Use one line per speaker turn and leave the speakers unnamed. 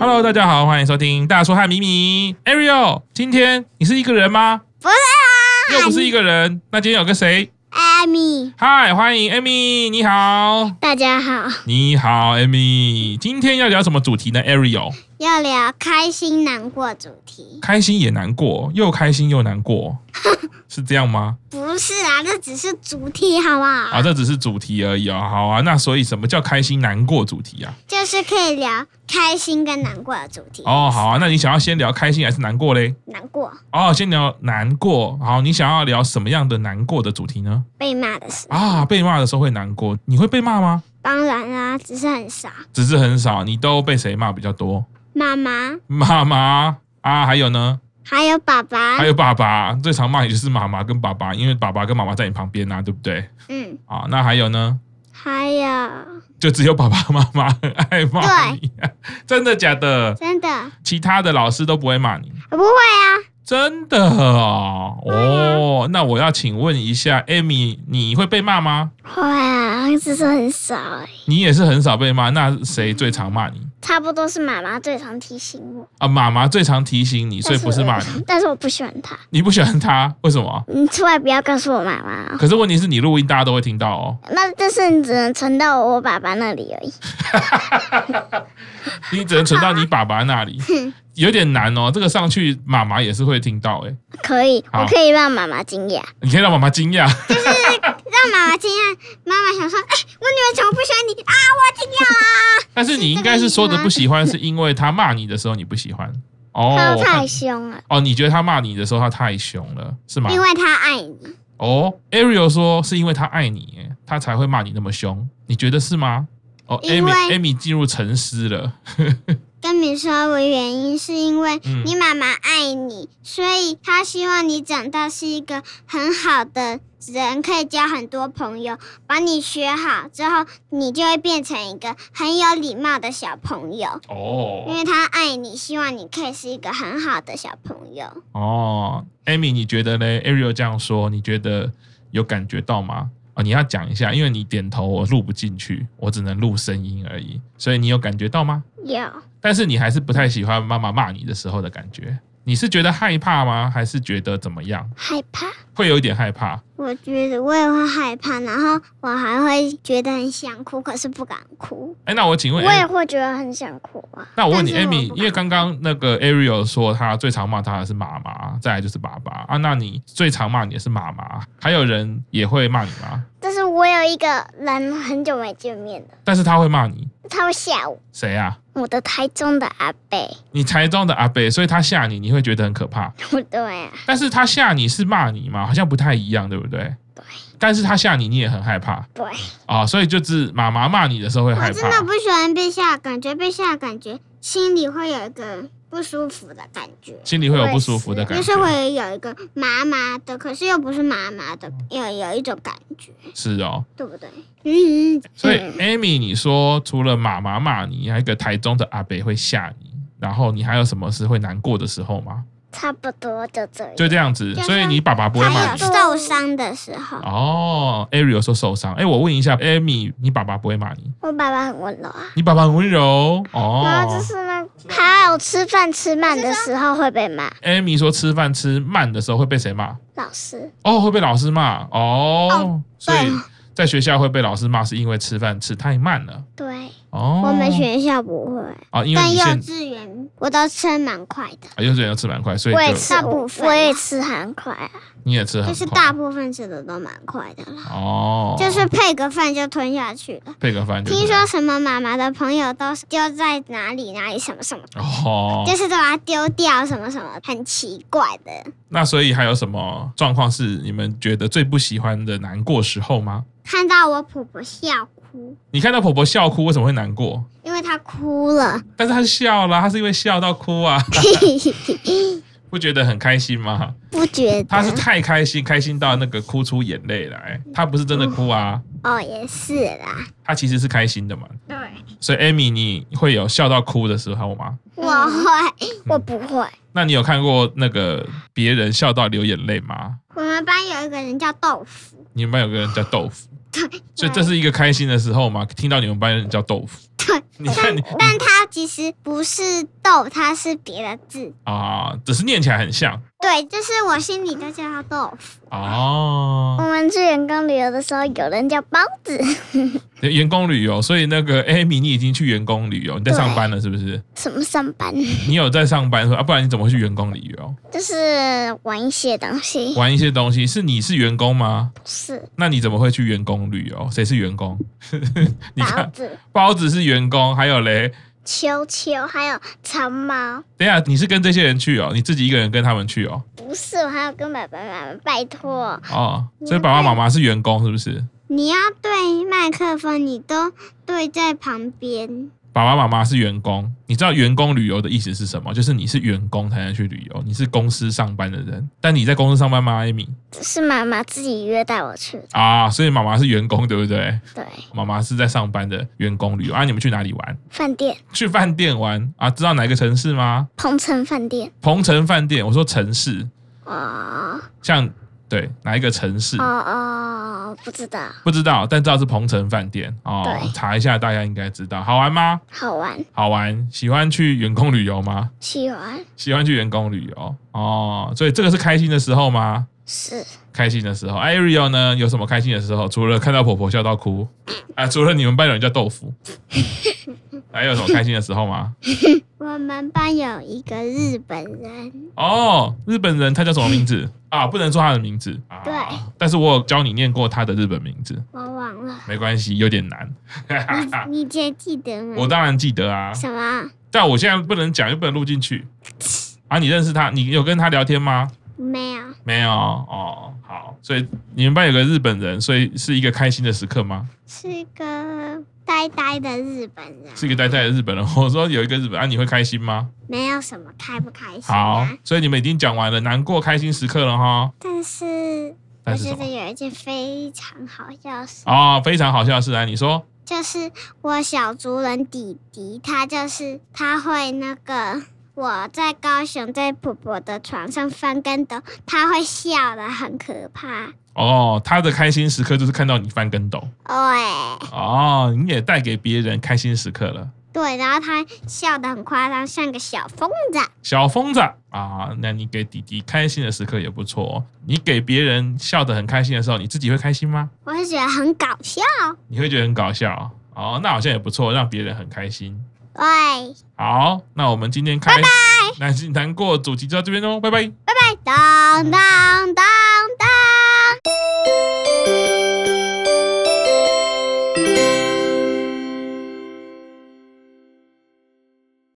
Hello，大家好，欢迎收听大叔和米米。Ariel，今天你是一个人吗？
不是
又
啊，
不是一个人，那今天有跟谁？
艾米。
嗨，欢迎 Amy，你好，
大家好，
你好 Amy。今天要聊什么主题呢？Ariel，
要聊开心难过主题。
开心也难过，又开心又难 过，是这样吗？
不是啊，这只是主题，好不好？
啊，这只是主题而已哦。好啊，那所以什么叫开心难过主题啊？
就是可以聊开心跟难过的主题。
哦，好啊，那你想要先聊开心还是难过嘞？
难过
哦，先聊难过。好，你想要聊什么样的难过的主题呢？
被骂的事，
啊，被骂的时候会难过，你会被骂吗？
当然啦、只是很少。
只是很少，你都被谁骂比较多？
妈妈
妈妈啊，还有呢？
还有爸爸
还，有爸爸，最常骂也就是妈妈跟爸爸，因为爸爸跟妈妈在你旁边呐、对不对？
嗯，
啊，那还有呢？
还有
就只有爸爸妈妈很爱骂你，啊真的假的？
真的
其他的老师都不会骂你，
不会啊，
真的哦。哦，那我要请问一下，Amy，你会被骂吗？
会啊，只是很少而已。
你也是很少被骂，那谁最常骂你？
差不多是妈妈最常提醒我，
啊，妈妈最常提醒你，所以不是骂你。
但是我不喜欢她。
你不喜欢他，为什么？
你出来不要告诉我妈妈、哦。
可是问题是你录音，大家都会听到哦。
那但是你只能存到我爸爸那里而已。
你只能存到你爸爸那 里，有点难哦。这个上去妈妈也是会听到，诶，
可以，
好
我可以让妈妈惊讶，
你可以让妈妈惊 讶，
让妈妈惊讶。妈妈想说，哎、我女儿怎么不喜欢你啊？我惊讶啦！
但是你应该是说的不喜欢，是因为他骂你的时候你不喜欢哦。
她
我
太
看
凶了，
哦，你觉得他骂你的时候他太凶了，是吗？
因为她爱你，
哦，Ariel 说是因为他爱你，诶他才会骂你那么凶，你觉得是吗？哦
因为
，Amy Amy 进入沉思了，
跟你说我原因是因为
嗯
你妈妈爱你，所以她希望你长大是一个很好的人，可以交很多朋友，把你学好之后，你就会变成一个很有礼貌的小朋友。
哦
因为他爱你，希望你可以是一个很好的小朋友。
哦，Amy，你觉得呢？Ariel 这样说，你觉得有感觉到吗？啊、你要讲一下，因为你点头我录不进去，我只能录声音而已，所以你有感觉到吗？
有
但是你还是不太喜欢妈妈骂你的时候的感觉，你是觉得害怕吗？还是觉得怎么样？
害怕，
会有一点害怕
我觉得我也会害怕，然后我还会觉得很想哭，可是不敢哭。
哎，那我请
我
问，
也会觉得很想哭啊。
那我问你
但是我
，Amy，
不敢
因为刚刚那个 Ariel 说他最常骂他的是妈妈，再来就是爸爸啊，那你最常骂你的是妈妈，还有人也会骂你吗？
但是我有一个人很久没见面了，
但是他会骂你，
他会吓我。
谁啊？
我的台中的阿贝，
你台中的阿北，所以他吓你，你会觉得很可怕。
对啊，
但是他吓你是骂你嘛，好像不太一样，对不对？
对。
但是他吓你，你也很害怕
对，
啊、所以就是妈妈骂你的时候会害
我真的
怕。
不喜欢被吓，感觉被吓，感觉心里会有一个不舒服的感觉。
心里会有不舒服的感
就是
觉，
会有一个麻麻的，可是又不是麻麻的，有有一种感觉，
是哦。
对不对？嗯，
所以
嗯
Amy，你说除了妈妈骂你，还有一个台中的阿北会吓你，然后你还有什么是会难过的时候吗？
差不多就这样。
就这样子，
就是
所以你爸爸不会骂
啊还有
你
他
受伤的时候，
哦。Ariel 说受伤，哎，我问一下，Amy，你爸爸不会骂你？
我爸爸很温柔啊，
你爸爸很温柔哦。
啊
然后就是那还有吃饭吃慢的时候会被骂，
Amy 说吃饭吃慢的时候会被谁骂？
老师
哦，会被老师骂哦。
哦
所以
对
在学校会被老师骂，是因为吃饭吃太慢了
对
哦。
我们学校不会，
啊，因为
但
你
幼
现
稚园我都吃蛮快的，
啊幼稚园要吃蛮快，所以
我也
就
吃
大部分啊
我也吃很快啊，
你也吃很快，
就是大部分吃的都蛮快的啦，
哦，
就是配个饭就吞下去了。
配个饭就
听
是
说什么妈妈的朋友都是丢在哪里哪里什么什么，
哦，
就是都把它丢掉什么什么，很奇怪的。
那所以还有什么状况是你们觉得最不喜欢的难过时候吗？
看到我婆婆笑哭，
你看到婆婆笑哭，为什么会难过？
因为她哭了。
但是她笑了，她是因为笑到哭啊， 不觉得很开心吗？
不觉
她是
得
太开心，开心到那个哭出眼泪来，她不是真的哭啊。
哦，也是啦。
他其实是开心的嘛。
对，
所以 Amy，你会有笑到哭的时候吗？
我会。
我不会，
那你有看过那个别人笑到流眼泪吗？
我们班有一个人叫豆 腐，
你们班有个人叫豆腐，
对，
所以这是一个开心的时候嘛？听到你们班有人叫豆腐，
对，
你看你
但它其实不是豆，它是别的字。
啊，只是念起来很像
对，就是我心里都叫它豆腐。
我
哦。
们去员工旅游的时候，有人叫包子，
员工旅游，所以那个 Amy，你已经去员工旅游，你在
对
上班了是不是？
什么上班，
你有在上班，啊，不然你怎么会去员工旅游？
就是玩一些东西，
玩一些东西，是你是员工吗？
不是
那你怎么会去员工旅游？谁是员工？ 你
包
看，
子。
包子是员工，还有嘞，
球球还有长毛，
等一下你是跟这些人去哦，你自己一个人跟他们去哦，
不是，我还要跟爸爸妈妈拜托，
哦，所以爸爸妈妈是员工是不是？
你要对麦克风，你都对在旁边。
爸爸妈妈是员工，你知道员工旅游的意思是什么？就是你是员工才能去旅游，你是公司上班的人，但你在公司上班吗，Amy？
这是妈妈自己约带我去的。
啊，所以妈妈是员工，对不对？
对，
妈妈是在上班的员工旅游啊。你们去哪里玩？
饭店，
去饭店玩啊？知道哪个城市吗？
鹏城饭店。
鹏城饭店。我说城市，
哦
像对哪一个城市？
啊
哦哦，不知道，
不知道，但知道是鹏城饭店哦
对。
查一下，大家应该知道。好玩吗？
好玩，
好玩。喜欢去员工旅游吗？
喜欢
喜欢去员工旅游哦。所以这个是开心的时候吗？
是
开心的时候，Ariel 哎呢有什么开心的时候？除了看到婆婆笑到哭啊，除了你们班有人叫豆腐，还有什么开心的时候吗？
我们班有一个日本人，
哦，日本人他叫什么名字啊？不能说他的名字啊。
对
但是我有教你念过他的日本名字，
我忘了，
没关系，有点难。
啊你你还记得吗？
我当然记得啊，
什么？
但我现在不能讲，又不能录进去啊。你认识他？你有跟他聊天吗？
没有，
没有哦，好，所以你们班有个日本人，所以是一个开心的时刻吗？
是一个呆呆的日本人，
是一个呆呆的日本人。我说有一个日本啊，你会开心吗？
没有什么开不开心、
好
啊。，
所以你们已经讲完了难过、开心时刻了哈。
但是我
但是
觉
什
得
么？
有一件非常好笑的事，
哦，非常好笑的事啊！你说
就是我小族人弟弟，他就是他会那个。我在高雄，在婆婆的床上翻跟斗，他会笑的很可怕。
哦，他的开心时刻就是看到你翻跟斗
哦、哎
哦，你也带给别人开心时刻了。
对，然后他笑得很夸张，像个小疯子。
小疯子啊，那你给弟弟开心的时刻也不错、哦。你给别人笑得很开心的时候，你自己会开心吗？
我会觉得很搞笑。
你会觉得很搞笑哦，那好像也不错，让别人很开心。
喂，
好，那我们今天开，拜拜，难难过主题就到这边喽，拜拜。
当当当。